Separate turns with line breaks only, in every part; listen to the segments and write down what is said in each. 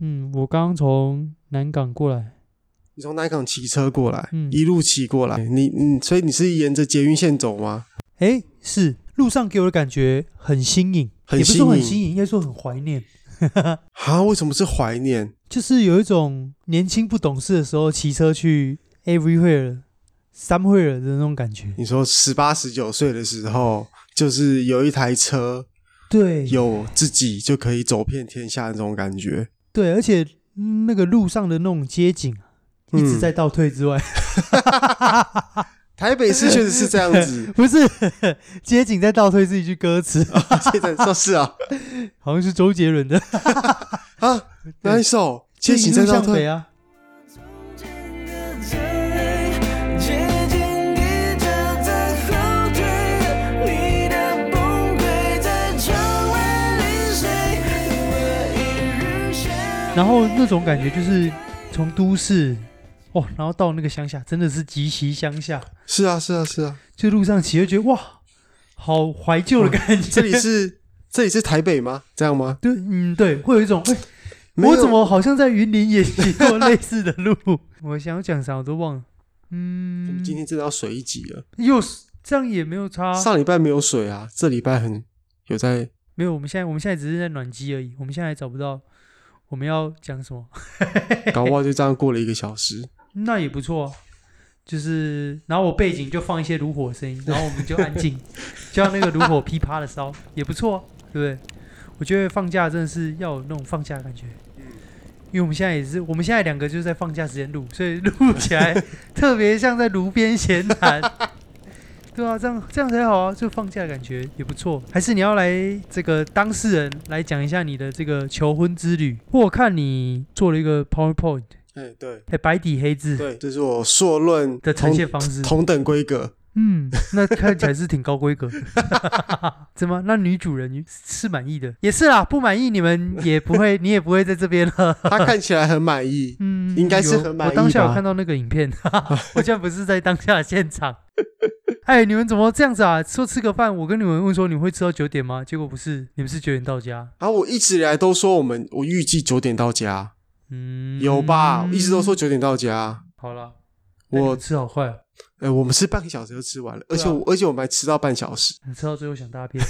嗯我刚从南港过来，
你从南港骑车过来，
嗯
一路骑过来，你你所以你是沿着捷运线走吗？
哎，是路上给我的感觉很新颖，
很
也不是说很
新
新颖，应该说很怀念，
啊，为什么是怀念？
就是有一种年轻不懂事的时候骑车去 everywhere、somewhere 的那种感觉。
你说十八十九岁的时候，就是有一台车，
对，
有自己就可以走遍天下那种 感觉。
对，而且嗯那个路上的那种街景啊一直
嗯
在倒退之外， ，
台北市确实是这样子
不是 街景在倒退是一句歌词，
现在说是 啊
好像是周杰伦的《
啊，哪一首？街景
就
在
一路
倒
向北
退，
啊。
从整个城接近你就在后退，你的崩溃在窗外零碎，我一日下。
然后那种感觉就是从都市哦，然后到那个乡下，真的是极其乡下，
是啊是啊 是啊，
就路上骑就觉得哇，好怀旧的感觉。
这里是这里是台北吗？这样吗？
对，嗯，对，会有一种，哎、
没
我
有
怎么好像在云林也骑过类似的路？ 我想要讲啥我都忘了。
我
嗯
们，今天真的要水一集了。
又是这样也没有差，
上礼拜没有水啊，这礼拜很有在
没有。我们现在我们现在只是在暖机而已，我们现在还找不到我们要讲什么，
搞不好就这样过了一个小时。
那也不错啊、就是，然后我背景就放一些炉火声音，然后我们就安静，就像那个炉火噼啪的烧，也不错、啊，对不对？我觉得放假真的是要有那种放假的感觉，因为我们现在也是，我们现在两个就是在放假时间录，所以录起来特别像在炉边闲谈。对啊，这样这样才好啊，就放假的感觉也不错。还是你要来这个当事人来讲一下你的这个求婚之旅？我看你做了一个 PowerPoint，
哎，对
哎，白底黑字，
对，这是我硕论
的呈
同
现方式。
同等规格。
嗯，那看起来是挺高规 格的，怎么？那女主人是满意的，也是啦，不满意你们也不会，你也不会在这边了。，
他看起来很满意
嗯，
应该是
有
很满意
我当下有
吧
看到那个影片， 我竟然不是在当下现场。 哎，你们怎么这样子啊？说吃个饭，我跟你们问说你们会吃到九点吗？结果不是，你们是九点到家。
然后我一直以来都说我们我预计九点到家，
嗯，
有吧？我一直都说九点到家。
好了。那你们
我
吃好快、哦，
哎，我们是半个小时就吃完了，而且
啊
我而且我们还迟到半小时。
你吃到最后想大 便，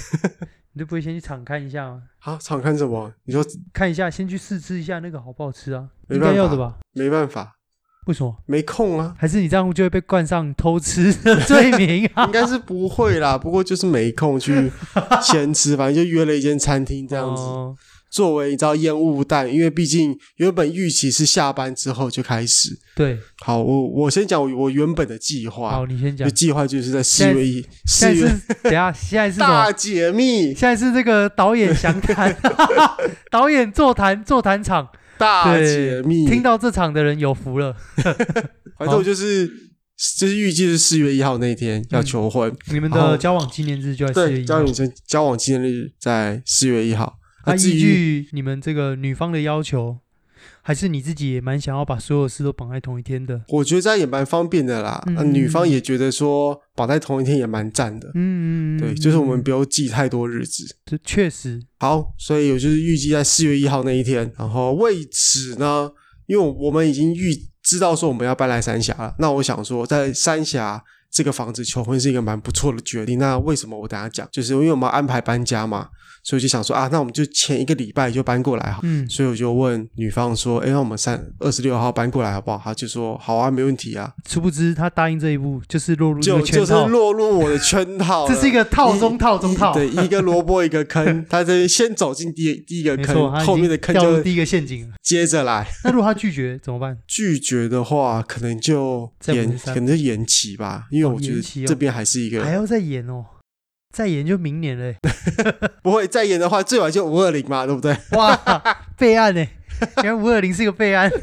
你都不会先去尝看一下吗？
啊，常看什么？你说
看一下，先去试吃一下那个好不好吃啊？
没
应
办法
该要的吧？
没办法，
为什么？
没空啊，
还是你这样就会被冠上偷吃 的罪名啊？
应该是不会啦。不过就是没 空去先吃，反正就约了一间餐厅这样子。
哦
作为你知道烟雾弹，因为毕竟原本预期是下班之后就开始。
对，
好，我我先讲我我原本的计划
好，，你先讲
就。计划就是在四
现在
月一四
现在
月
是等一下，现在是什么
大？解密，
现在是这个导演详 谈，导演座谈座谈场，
大
对
解密。
听到这场的人有福了。
反正我就是就是预计是四月一号那一天要求婚，
你们的
好
交往纪念日就在嗯四月
对，
一
交
号。
往交交往纪念日在四月一号。
那
至
啊依
于
据你们这个女方的要求，还是你自己也蛮想要把所有事都绑在同一天的。
我觉得这样也蛮方便的啦，
嗯
那女方也觉得说绑在同一天也蛮赞的，
嗯，
对，就是我们
嗯
不用记太多日子。
这确实，
好，所以我就是预计在四月一号那一天，然后为此呢，因为我们已经预知道说我们要搬来三峡了，那我想说在三峡这个房子求婚是一个蛮不错的决定。那为什么我等一下讲，就是因为我们要安排搬家嘛，所以就想说啊，那我们就前一个礼拜就搬过来好。
嗯，
所以我就问女方说：“哎、那我们三二十六号搬过来好不好？”她就说：“好啊，没问题啊。
殊不知他答应这一步就是落入”这
就
个圈
就是
套，
落入我的 圈套了，
这是一个套中套中
一
套，
对，一个萝卜一个坑，他这先走进第第一个
没错，
坑，
他已
后面
经
的坑
掉入
就
第一个陷阱了。
接着来。
那如果他拒绝怎么 办？
拒绝的话，可能就
再
延，
53
可能就延期吧，因为我觉
延期
得
哦
这边还是一个、
还要再演哦，再演就明年了 欸，
不会再延的话，最晚就五二零嘛，对 不对？
哇，备案呢？原来五二零是个备案。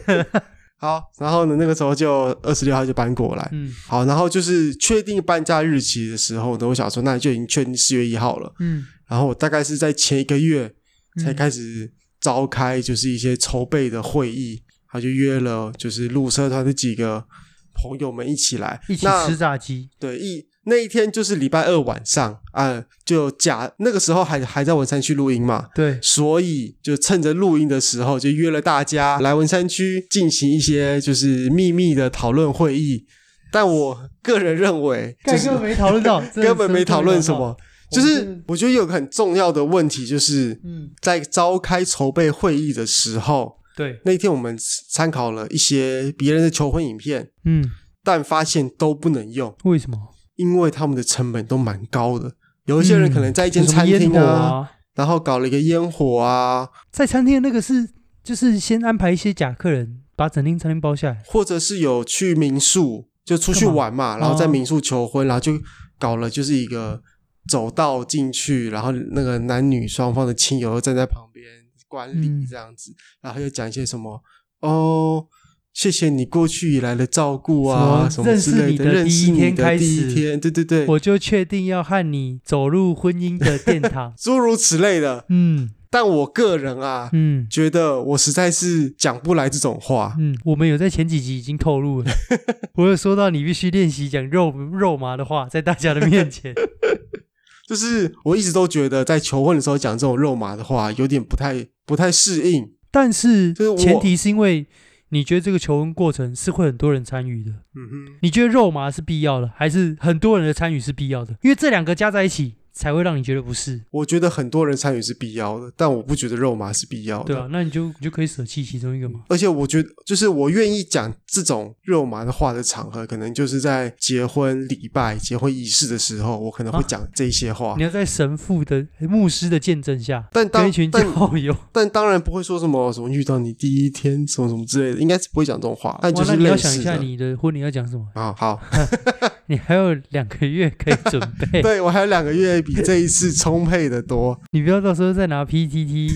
好，然后呢，那个时候就二十六号就搬过来。
嗯
好，然后就是确定搬家日期的时候呢，我想说，那就已经确定四月一号了。
嗯，
然后我大概是在前一个月
嗯
才开始召开，就是一些筹备的会议，他就约了就是路社团的几个朋友们一起来，
一起
那
吃炸鸡，
对一那一天就是礼拜二晚上啊、就假那个时候还还在文山区录音嘛，
对，
所以就趁着录音的时候，就约了大家来文山区进行一些就是秘密的讨论会议。但我个人认为，就
根
是
本没讨论到， 真的
根本没讨论什，么。就
真的没讨论到我们
是我觉得有个很重要的问题，就是
嗯，
在召开筹备会议的时候，
对，
那天我们参考了一些别人的求婚影片，
嗯，
但发现都不能用，
为什么？
因为他们的成本都蛮高的。有一些人可能在一间餐
嗯有什
厅
么烟火
啊，
啊，
然后搞了一个烟火啊，
在餐厅的那个是就是先安排一些假客人，把整厅餐厅包下来，
或者是有去民宿，就出去玩嘛，
干嘛哦
然后在民宿求婚，然后就搞了就是一个走道进去，然后那个男女双方的亲友又站在旁边观礼
嗯
这样子，然后又讲一些什么哦。谢谢你过去以来的照顾啊，
什
什
么
么之类认
认识
识
你的第一
你
天
的
开始
第一天，对对对，。
我就确定要和你走入婚姻的殿堂
诸如此类的。
嗯
但我个人啊，
嗯
觉得我实在是讲不来这种话，
嗯，我们有在前几集已经透露 了，我有说到你必须练习讲肉肉麻的话，在大家的面 前。
就是我一直都觉得在求婚的时候讲这种肉麻的话，有点不太不太适应。
但是
就是我
前提是因为你觉得这个求婚过程是会很多人参与的，
嗯哼，
你觉得肉麻是必要的，还是很多人的参与是必要的？因为这两个加在一起才会让你觉得不是，
我觉得很多人参与是必要的，但我不觉得肉麻是必要的。
对啊，那你就你就可以舍弃其中一个嘛。
而且我觉得，就是我愿意讲这种肉麻的话的场合，可能就是在结婚礼拜、结婚仪式的时候，我可能会
啊
讲这些话。
你要在神父的牧师的见证下，
嗯但当
跟一群
但
教友，
但当然不会说什么什么遇到你第一天什么什么之类的，应该是不会讲这种话。 但就
哇，
是
那你
类
要想一
似
下
的。
你的婚礼要讲什么，
啊，好，
你还有两个月可以准备，
对我还有两个月比这一次充沛的多，
你不要到时候再拿 PTT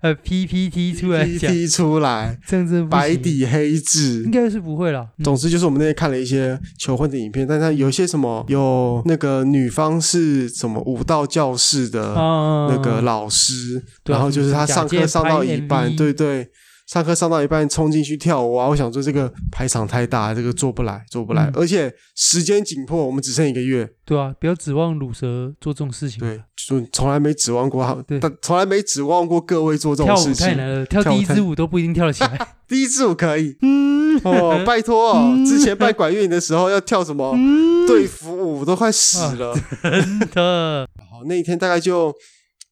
呃 PPT 出来讲，
踢出来，
这样子不行
白底黑字
应。该是不会啦。嗯
总之就是我们那天看了一些求婚的影片，但它有一些什么有那个女方是什么舞蹈教室的
啊
那个老师，
对啊
然后就是他上课上到一
假借
半，
拍 MV
对对，上课上到一半冲进去跳舞啊！我想说这个排场太大，这个做不来，做不来，
嗯
而且时间紧迫，我们只剩一个月，
对啊，不要指望乳蛇做这种事情。
对，就从来没指望过他，
对
但从来没指望过各位做这
跳
种
舞
事
太
情。
难了，跳
跳舞
第一
太
支舞都不一定跳得起 来。
第一支舞可以
嗯，
哦，拜托哦，
嗯
之前办管乐的时候要跳什么
嗯啊
队服舞都快死了。
真的，
好，那一天大概就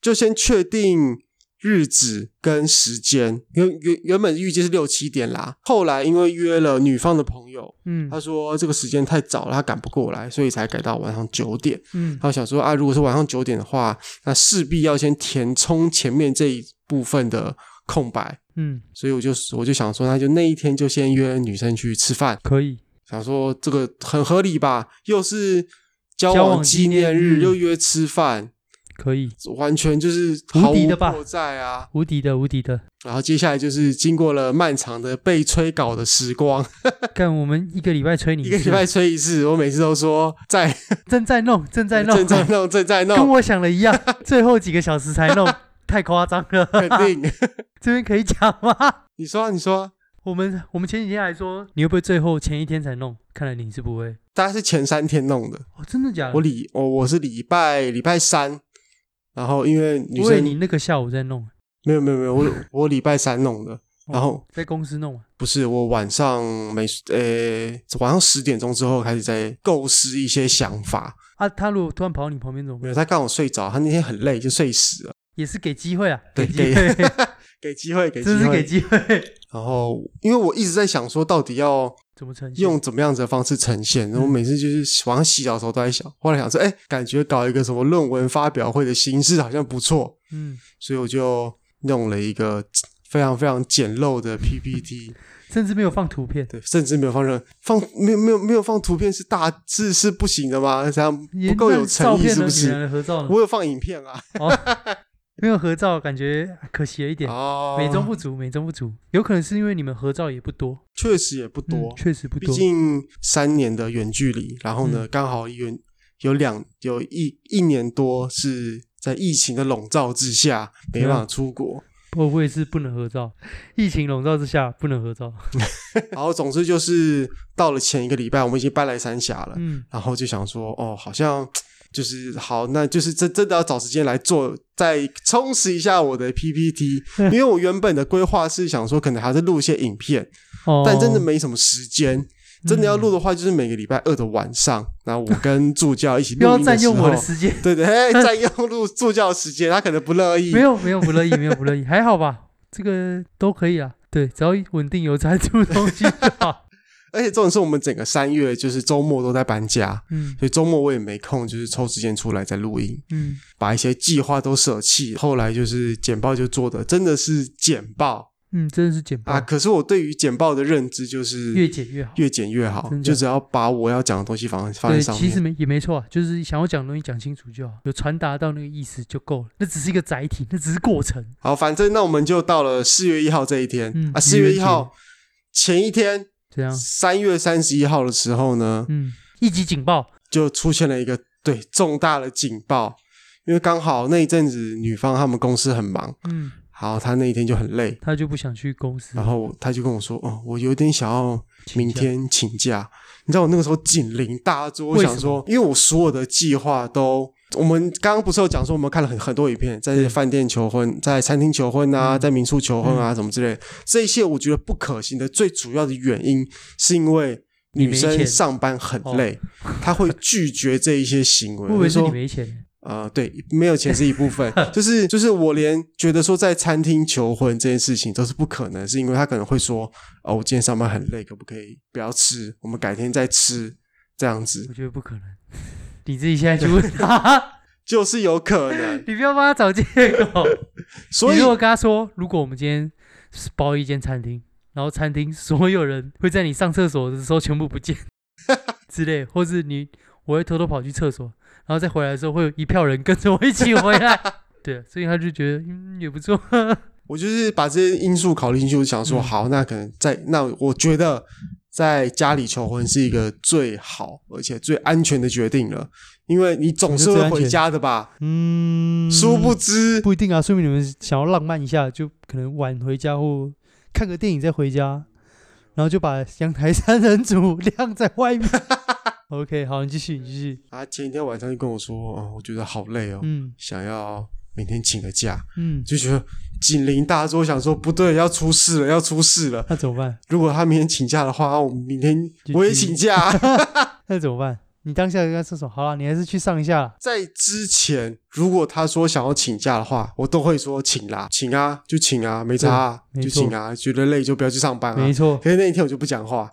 就先确定日子跟时间，原原原本预计是六七点啦，后来因为约了女方的朋友，
嗯
他说这个时间太早了，他赶不过来，所以才改到晚上九点。
嗯，
他想说啊，如果是晚上九点的话，那势必要先填充前面这一部分的空白。
嗯，
所以我就我就想说，那就那一天就先约女生去吃饭，
可以，
想说这个很合理吧？又是交
交
往
往
纪
纪
念
念
日，
日
又约吃饭，
可以，
完全就是
无
毫
敌
无
的吧
破绽啊！
无敌的，无敌的。
然后接下来就是经过了漫长的被催稿的时光，
干，我们一个礼拜催你
一个
次
礼拜催一次，我每次都说在
正在弄，正在弄，
正在弄，正在
跟
弄，
我想的一样， 最后几个小时才弄，太夸张了。
肯定。
这边可以讲吗？
你说啊，你说啊，
我们我们前几天还说你会不会最后前一天才弄，看来你是不会。
大概是前三天弄的。
哦，真的假的？
我礼我我是礼拜礼拜三，然后因为女
我以为你
生
那个下午在弄，
没有没有没 有，我我礼拜三弄
哦
的，然后
在公司弄啊。
不是，我晚上没呃、晚上十点钟之后开始在构思一些想法。
啊，他如果突然跑到你旁边怎么
没
办？
有，他刚好睡着，他那天很累就睡死了。
也是给机会啊，
对
机会，
给机会，给机
真是给
会。
机会。
然后，因为我一直在想说，到底要
怎么呈现？
用怎么样子的方式呈现。然后
嗯
每次就是晚上洗澡的时候都在想，后来想说，哎，感觉搞一个什么论文发表会的形式好像不错，
嗯，
所以我就弄了一个非常非常简陋的 PPT。
甚至没有放图片，
对，甚至没有放任放没有没有没有放图片是大是是不行的吗？这样
也
不够有
那
诚意
照片
是
呢
不
你
是？
拿来合照呢？
我有放影片啊，
没有合照，感觉可惜了一点，
哦，
美中不足，美中不足。有可能是因为你们合照也不多，
确实也不
嗯
多，
确实不
毕
多。嗯
竟三年的远距离，然后呢，刚好远有两有一一年多是在疫情的笼罩之下没办法
嗯
出国，
会不会是不能合照？疫情笼罩之下不能合照。
然后总之就是到了前一个礼拜，我们已经搬来三峡了，
嗯，
然后就想说，哦，好像就是好，那就是真真的要找时间来做，再充实一下我的 PPT，因为我原本的规划是想说，可能还是录一些影片，
哦，
但真的没什么时间。真的要
嗯
录的话，就是每个礼拜二的晚上，然后我跟助教一 起
不
录
要
音的
占
时
用我
候
的，时 间。
对对， 哎占用录助教的时间，他可能不乐意
没。有没有不乐意，没有不乐意，还好吧，这个都可以啊。对，只要稳定有产出东西就好。
而且重点是我们整个三月就是周末都在搬家，
嗯
所以周末我也没空，就是抽时间出来再录音。
嗯，
把一些计划都舍弃，后来就是简报就做的真的是简报
嗯，真的是简报，
啊！可是我对于简报的认知就
越
是
简越好。
越简越好
真，的
就只要把我要讲的东西放放在
对，
上
其实
面。
没也没错啊，就是想要讲的东西讲清楚就好，有传达到那个意思就够了。那只是一个载体，那只是过程。
好，反正那我们就到了四月一号这一天、
嗯
啊，四
愚
月
人
一
节
号前一天，
怎样？
三月三十一号的时候呢，
嗯，一级警报。
就出现了一个对重大的警报，因为刚好那一阵子女方他们公司很忙，
嗯，
好，她那一天就很累，
他就不想去公司。
然后她就跟我说：“哦，我有点想要
请
明
假
天请假。”你知道我那个时候紧邻大作，我
为
想
什
说，因为我所有的计划都，我们刚刚不是有讲说，我们看了很很多影片，在饭店求婚，在餐厅求婚啊，
嗯
在民宿求婚啊，什么之类的，这一切我觉得不可行的最主要的原因，是因为
你
女
没
生
钱
上班很
哦
累，她会拒绝这一些行为。
会不会
就是说
你没钱？
呃，对，没有钱是一部 分，就是就是我连觉得说在餐厅求婚这件事情都是不可能，是因为他可能会说，哦，我今天上班很累，可不可以不要吃，我们改天再吃，这样子
我觉得不可能。你自己现在 去问他，
就是有 可能。
你不要帮他找借口。
所
你
以
如果跟他说，如果我们今天是包一间餐厅，然后餐厅所有人会在你上厕所的时候全部不见之类，或是你我会偷偷跑去厕所，然后再回来的时候会有一票人跟着我一起回来。 对，啊所以他就觉得嗯也不错。
我就是把这些因素考虑进去，我想说，
嗯
好，那可能在那我觉得在家里求婚是一个最好而且最安全的决定了，因为你总
你说
是
最
会
安
回
全
家的吧？
嗯
殊不知，
不一定啊，说明你们想要浪漫一下，就可能晚回家或看个电影再回家，然后就把阳台三人组晾在外 面。OK，好，你继续，你继续。
啊，前一天晚上就跟我说，哦，我觉得好累哦，
嗯
想要明天请个假，
嗯，
就觉得警铃大作，想说不对，要出事了，要出事了。
那怎么办？
如果他明天请假的话，我明天
就
我也
去
请假。
那怎么办？你当下跟他说什么？好了，你还是去上一下啦。
在之前，如果他说想要请假的话，我都会说请啦，请啊，就请啊，没差、啊、
对
就
没错
请啊，觉得累就不要去上班啊
没。错，
可是那一天我就不讲话，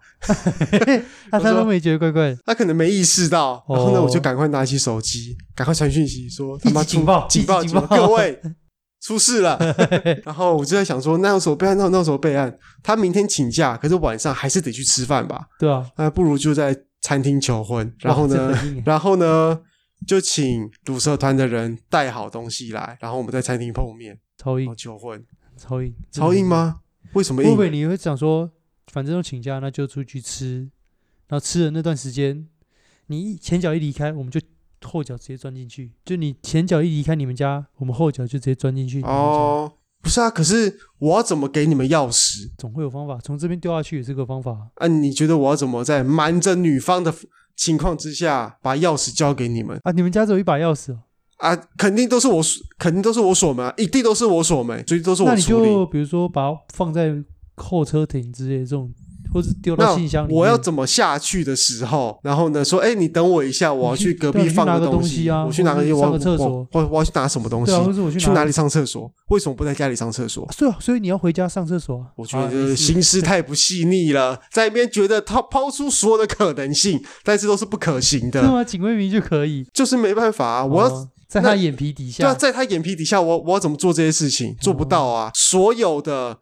那他都没觉得怪怪的。
他可能没意识到，然后呢，
哦
我就赶快拿起手机，赶快传讯息说他妈
一
出
起警报
警报
一起
警报，
警报
各位出事了。然后我就在想说，那有什么备案？那有那有什么备案？他明天请假，可是晚上还是得去吃饭吧？
对啊，
那不如就在餐厅求婚，然后
哇
呢
这，很硬耶
然后呢，就请鲁社团的人带好东西来，然后我们在餐厅碰面，
超
然后
硬，
求婚，
超硬，
超硬？吗？为什么
会不
硬？
会你会想说，反正都请假，那就出去吃，然后吃的那段时间，你一前脚一离开，我们就后脚直接钻进去。就你前脚一离开你们家，我们后脚就直接钻进去。，
哦，不是啊，可是我要怎么给你们钥匙
总会有方法，从这边掉下去也是个方法。
啊？你觉得我要怎么在瞒着女方的情况之下把钥匙交给你们
啊，你们家只有一把钥匙哦，
啊？肯定都是我锁，肯定都是我锁门啊，一定都是我锁门，所以都是
那
我
你
处理。
就比如说把它放在后车亭之类的这种，或是丢
那
到信箱里面。
我要怎么下去的时候，然后呢说，哎、你等我一下，我要去隔
对啊
壁
你去
放
拿个
东
东西啊
我去拿
或者是
我
上个厕所
我我我要去拿什么东西？
对啊，或者我去
去
哪
哪里上厕所？为什么不在家里上厕所？
所以所以你要回家上厕所啊。
我觉得
啊
这
没
个
事
心思太不细腻了，在一边觉得他抛出所有的可能性，但是都是不可行
是
的，
吗？警卫名就可以。
就是没办法、啊，我要
啊哦在
那
他眼皮底
对啊，
下，
在他眼皮底下，我我要怎么做这些事
嗯
情？做不到啊！所有的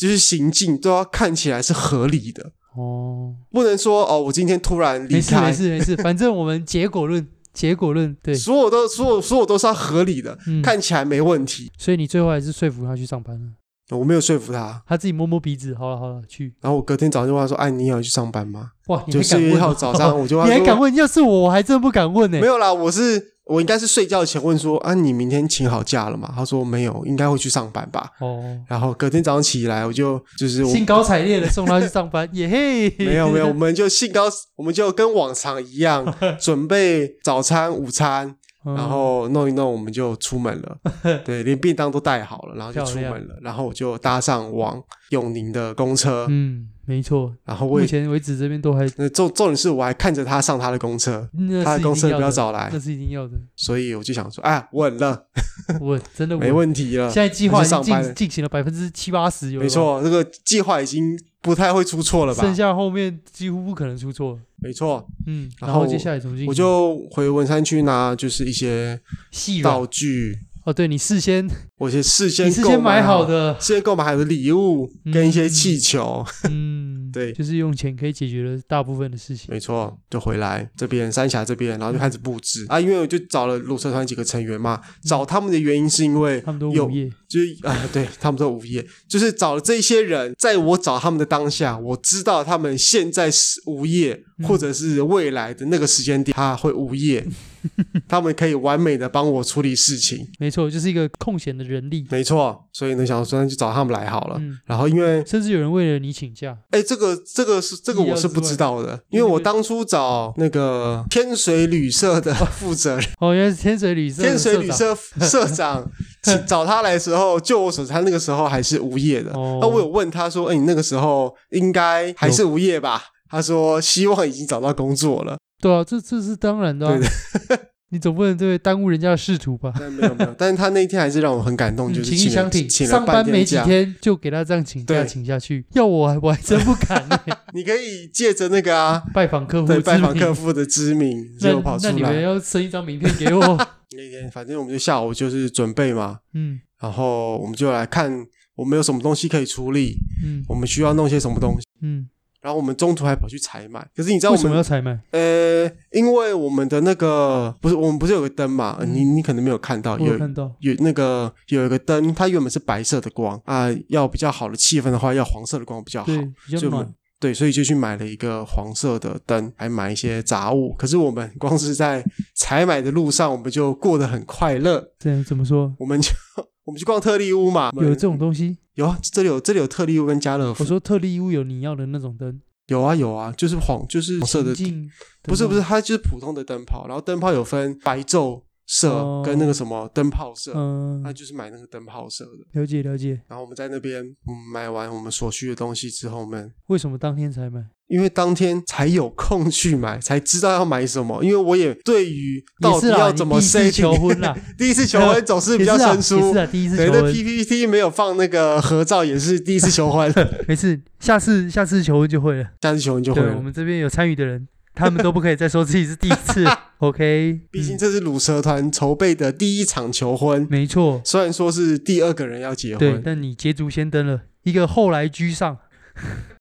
就是行径都要看起来是合理的，
哦，
不能说哦，我今天突然离
没事
开，
没事没事，反正我们结果 论，结果论对。
所有都所有所有都是要合理的，
嗯，
看起来没问题。哦
所以你最后还是说服他去上班了。
我没有说服他。
他自己摸摸鼻子，好了好了，去。
然后我隔天早上就问他说：“哎，你也要去上班吗
哇，？”你
就
还
四
敢
月一
问
号
哦？
早上，我就问
你
他
还
说
敢问？要是我，我还真不敢问呢、
没有啦，我是我应该是睡觉前问说：“啊，你明天请好假了吗？”他说：“没有，应该会去上班吧。
哦”，
然后隔天早上起来，我就就是我
兴高采烈的送他去上班，耶嘿！
没有没有，我们就兴高，我们就跟往常一 样准备早餐、午餐，
嗯，
然后弄一弄，我们就出门 了。对，连便当都带好了，然后就
漂
出
亮
门了。然后我就搭上往永宁的公车，
嗯，没错，
然后我
目
也
前为止这边都还
那重重点是我还看着他上他的公车，
那
他
是
的
一
公
定
车
要
不要
的，
早来
那，是一定要的。
所以我就想说，哎，稳了，
我真的我
没问题了
现。在计划已经
我去上班了
进进行了百分之七八十，有了吧
没，错，这个计划已经不太会出错了吧
剩？下后面几乎不可能出错。
没错，
嗯，
然
然后
后
接下来怎么进行？
我就回文山区拿就是一些
细
道
软
具，
哦，对你事先
我先事先
你事先
购
买好
好，
的，
事先购买好的礼物
嗯
跟一些气球，
嗯，
对
就是用钱可以解决了大部分的事情。
没错，就回来这边三峡这边，然后就开始布置啊，因为我就找了鲁社团几个成员嘛，
嗯
找他们的原因是因为
他们都
有
无业，
就是啊、对他们都无业，就是找这些人，在我找他们的当下，我知道他们现在是无业，
嗯
或者是未来的那个时间点他会 无业，他们可以完美的帮我处理事情，
没错，就是一个空闲的人力。
没错。所以呢，想说那就找他们来好了。
嗯，
然后因为
甚至有人为了你请假，
哎，这个这个是这个
意料
我是
之
不
外
知道的，
因
因
为那
为我
个
当初找那个天水旅社的负责人，
哦，原来是天水旅社的
天水旅
长
社社长，请找他来的时候，就我所知，他那个时候还是无业的。
哦
那我有问他说：“哎、你那个时候应该还是无业吧？”他说：“希望已经找到工作 了。
对啊，这这是当然的、啊。
对
你总不能对耽误人家的仕途吧”？
但没有没有，但是他那一天还是让我很感
嗯
动，就是
情
请
意
了
相挺，
请了
上
半
班没
天
几
假。
天就给他这样请假
对
请下去，要我还我还真不敢、欸、
你可以借着那个啊，
拜访客户之
对
名，
拜访客户的之名，结
那
果跑出
那你们
来。
要生一张名片 给我，
那天反正我们就下午就是准备嘛，
嗯
然后我们就来看我们有什么东西可以处理，
嗯
我们需要弄些什么东西。
嗯，
然后我们中途还跑去采买，可是你知道
为
我
什么
们
要采买？
呃，因为我们的那个不是我们不是有个灯嘛？呃你你可能没有看到，
嗯我
有
有看到，
有那个有一个灯，它原本是白色的光啊、要比较好的气氛的话，要黄色的光比啊较好。
对，比
所
较
以我们
暖，
对，所以就去买了一个黄色的灯，还买一些杂物。可是我们 光是在采买的路上，我们就过得很快乐。
这样怎么说？
我们就 我们去逛特利屋嘛，
有这种东西？
有啊，这里有这里有特利屋跟家乐
我
福，
说特例屋有你要的那种灯，
有啊有啊，就是黄就是
哦
黄色的
近
不是不是，，它就是普通的灯泡，然后灯泡有分白昼
哦
社跟那个什么灯泡社，
嗯
那、，就是买那个灯泡社的。
了解了解。
然后我们在那边，嗯，买完我们所需的东西之后，我们
为什么当天采买？
因为当天才有空去买，才知道要买什么。因为我也对于
也
到
是
底
啦，
要
你
怎么
第一次
setting，
求婚 啦，
第一次求婚总 是
也
比
是
较
啊，
生
也是
疏。
啊，第一次
对，
求
那
婚。
PPT 没有放那个合照，也是第一次求 婚，
没事，下次下次求婚就会了。
下次求婚 就会
对我
了。
们这边有参与的人，他们都不可以再说自己是第一 次。OK，
毕竟
嗯
这是鲁蛇团筹备的第一场求婚，
没错，
虽然说是第二个人要结
对
婚，，
但你捷足先登了，一个后来居上。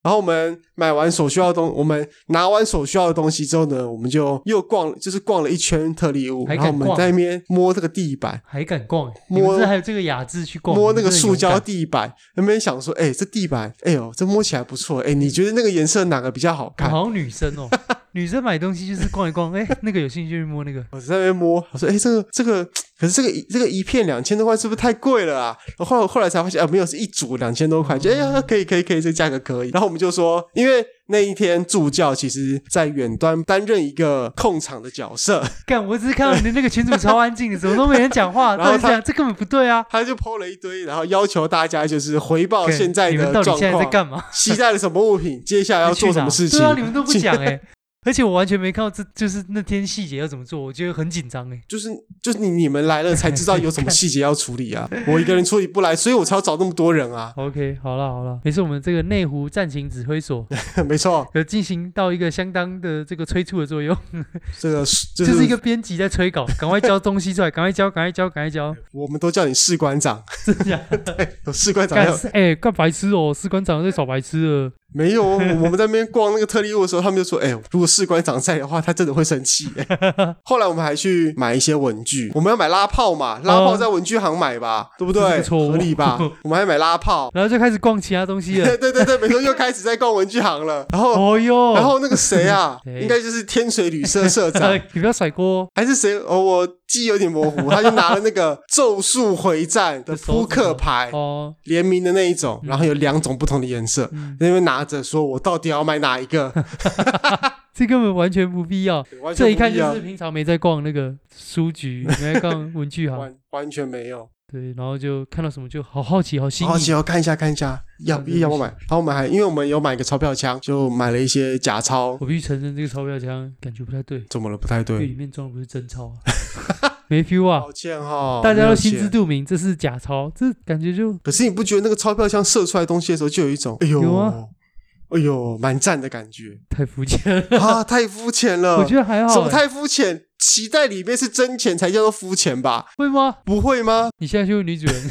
然后我们买完所需要的东，我们拿完所需要的东西之后呢，我们就又逛，就是逛了一圈特利屋，
还
然
敢
后我们
逛
在那边摸这个地板，
还敢逛、欸？你
摸
们这还有这个雅致去逛？
摸那
你们
个
真的
塑
很
胶
勇敢
地板，那边想说，哎、这地板，哎呦，这摸起来不错，哎，你觉得那个颜色哪个比较好
我
看？
好像女生哦， 女生买东西就是逛一逛，哎、那个有兴趣去摸那个。
我在那边摸，我说，哎，这个这个，可是这个这个一片两千多块是不是太贵了啊？然后后来后来才发现，啊，没有，是一组两千多块，就哎呀，可以可以可以，这个价格可以。然后我们就说，因为那一天助教其实在远端担任一个控场的角色。
干，我只是看到你的那个群主超安静的，怎么都没人讲话，
然
到
后
底是
他
这样，这根本不对啊！
他就抛了一堆，然后要求大家就是回报
干
哦现在
你
的
们到底
状
现在在
况，
干嘛？
期待了什么物品，接下来要做什么事情。
对啊，你们都不
请
讲哎、 而且我完全没看到这，就是那天细节要怎么做，我觉得很紧张哎。
就是就是你你们来了才知道有什么细节要处 理啊，我一个人处理不来，所以我才要找那么多人啊。
OK，好了好了，没事，我们这个内湖战情指挥所
没错，
有进行到一个相当的这个催促的作用，
这个就
就是是一个编辑在催稿，赶快交东西出来，赶快交，赶快交，赶快 交，
我们都叫你士官长，
真的假的？
有士官长
干
要
是哎，干白痴哦，士官长在耍白痴了，
没有，哦，我们在那边逛那个特利屋的时候，他们就说：“哎、如果士官长在的话，他真的会生 气。”哎，后来我们还去买一些文具，我们要买拉炮嘛，拉炮在文具行买吧，对不
嗯这是
对？
个错误，
合理吧？我们还买拉炮
然后就开始逛其他东西了
对。对对对，没错，又开始在逛文具行了。然后，
哦哟，
然后那个谁啊，
谁
应该就是天水旅社社长
呃，你不要甩锅哦，
还是谁？哦，我记忆有点模糊，他就拿了那个《咒术回战》 的扑克牌。
哦，
联名的那一
嗯
种，然后有两种不同的颜色，在那边拿着说：“我到底要买哪一个
这根本完全不必要。？”
完全
这一看
不
就
样
是平常没在逛那个书局，没在逛文具行，
完完全没有。
对，然后就看到什么就好好奇，好新
好
颖，
奇哦，看一下看一下，要
啊
不
对不
要不要
起
买？然后我们还因为我们有买个钞票枪，就买了一些假钞。
我必须承认这个钞票枪感觉不太对，
怎么了？不太
因为
对
里，面装的不是真钞啊， 没 feel 啊
抱，歉哈，
大家
没
都
有
心
钱
知。肚明，这是假钞，这感觉就
可是你不觉得那个钞票枪射出来的东西的时候，就有一种哎
有啊
呦，哎呦，蛮赞的感觉
太肤浅了。
啊！太肤浅了，
我觉得还
什
好
么
欸，
太肤浅？期待里面是真钱才叫做肤浅吧？
会吗？
不会吗？
你现在去问女主人，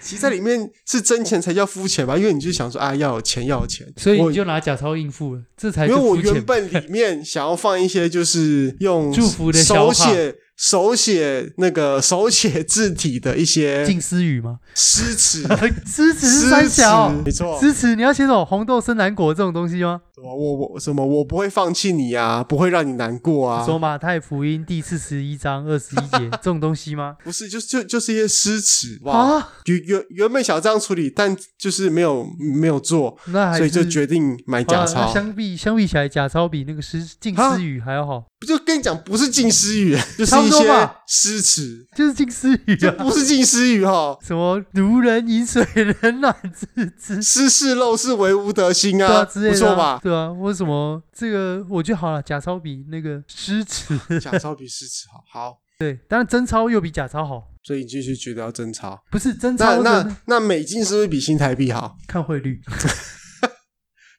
期待里面是真钱才叫肤浅吧？因为你就想说啊，要有钱，要有钱，
所以
我
你就拿假钞应付了，这才
因
是
为我
肤
原
浅。
本里面想要放一些就是用
祝福的小
手
卡
写手写那个手写字体的一些
近思语吗？。
诗词
呃支持是
诗
三
词
小，
没错。
支持你要写什么红豆生南国这种东西吗？
什么我我什么我不会放弃你啊，不会让你难过啊。
说马太福音第四十一章二十一节这种东西 吗？
不是，就就就是一些诗词哇。
啊，
原原原本想这样处理，但就是没有没有做，
那还
所以就是决定买假
好啦
钞
哎嗯啊那。相比相比起来，假钞比那个诗近
啊
思语还要好，
就跟你讲，不是近思语，就是
差不
一
多
些
吧
诗词，
就是近思语
这
啊。
不是近思语哈。
什么如人饮水，冷暖自知。
诗事陋室，惟吾德馨
对啊，
啊，
之类的、
不错吧？
对啊，为什么这个我觉得好了，假钞比那个诗词
假钞比诗词好，好，
对，当然真钞又比假钞好，
所以你就是觉得要真 钞。
不是真
那
钞的
那那美金是不是比新台币好？
看汇率，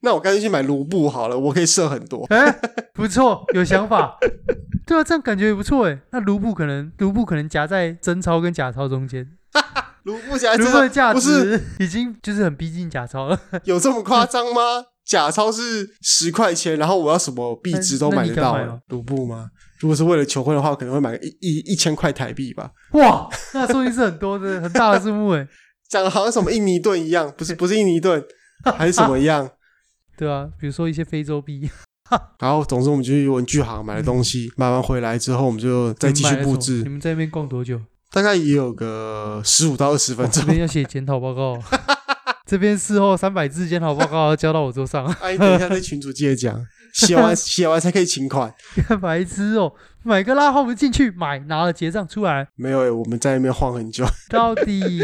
那我干脆去买卢布好了，我可以设很多。
哎、不错，有想法。 对啊，这样感觉也不错哎。那卢布可能卢布可能夹在真钞跟假钞中间，
卢布起来
卢
真
布的价
哎不是
值已经就是很逼近假钞了。
有这么夸张吗？假钞是十块钱，然后我要什么币值都
那
买
你哦
得
敢
到
买
欸
吗，
卢布吗？如果是为了求婚的话，我可能会买个一一一千块台币吧，
哇，那说明是很多的很大的数目哎。
讲的好像什么印尼盾一样，不 是不是印尼盾，还是什么一样。
对啊，比如说一些非洲币，
然后，总之我们就去文具行买了东 西，买完回来之后，我们就 再继
你们
续
买了什
布
么
置
你，们在那边逛多 久？
大概也有个十五到二十分
这
钟。
边要写检讨报告，这边事后三百字检讨报告要交到我桌上，
哎，等一下，在群主接着讲， 写完写完才可以请款。
看白痴哦，买个拉号不进去，买拿了结账出来，
没有、欸，我们在那边晃很久，
到底。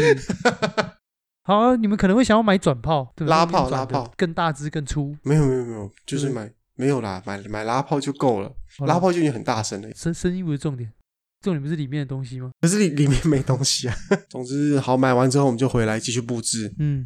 好，啊你们可能会想要买转炮，对不对
拉炮
那种转的
拉炮
更大只更粗，
没有没有没有，就是买没有啦，买买拉炮就够了，
好啦
拉炮就已经很大声了。
声声音不是重点，重点不是里面的东西吗？
可是里里面没东西啊。 总之，好买完之后我们就回来继续布置，
嗯，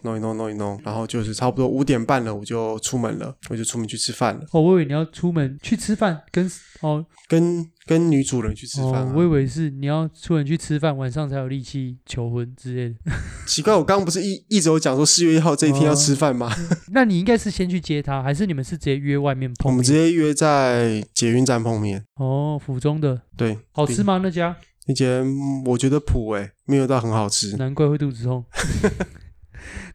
弄一弄弄一弄，然后就是差不多五点半了，我就出门了，我就出门去吃饭了，
哦，我以为你要出门去吃饭，跟哦
跟跟女主人去吃饭、
哦
啊，
我以。为是你要出门去吃饭，晚上才有力气求婚之类的。
奇怪，我刚刚不是一一直有讲说四月一号这一天
哦
要吃饭吗？
那你应该是先去接他，还是你们是直接约外面
我
碰面？
们直接约在捷运站碰面。
哦，府中的
对，
好吃
比？
吗？那家
那间嗯我觉得普诶、没有到很好吃。
难怪会肚子痛，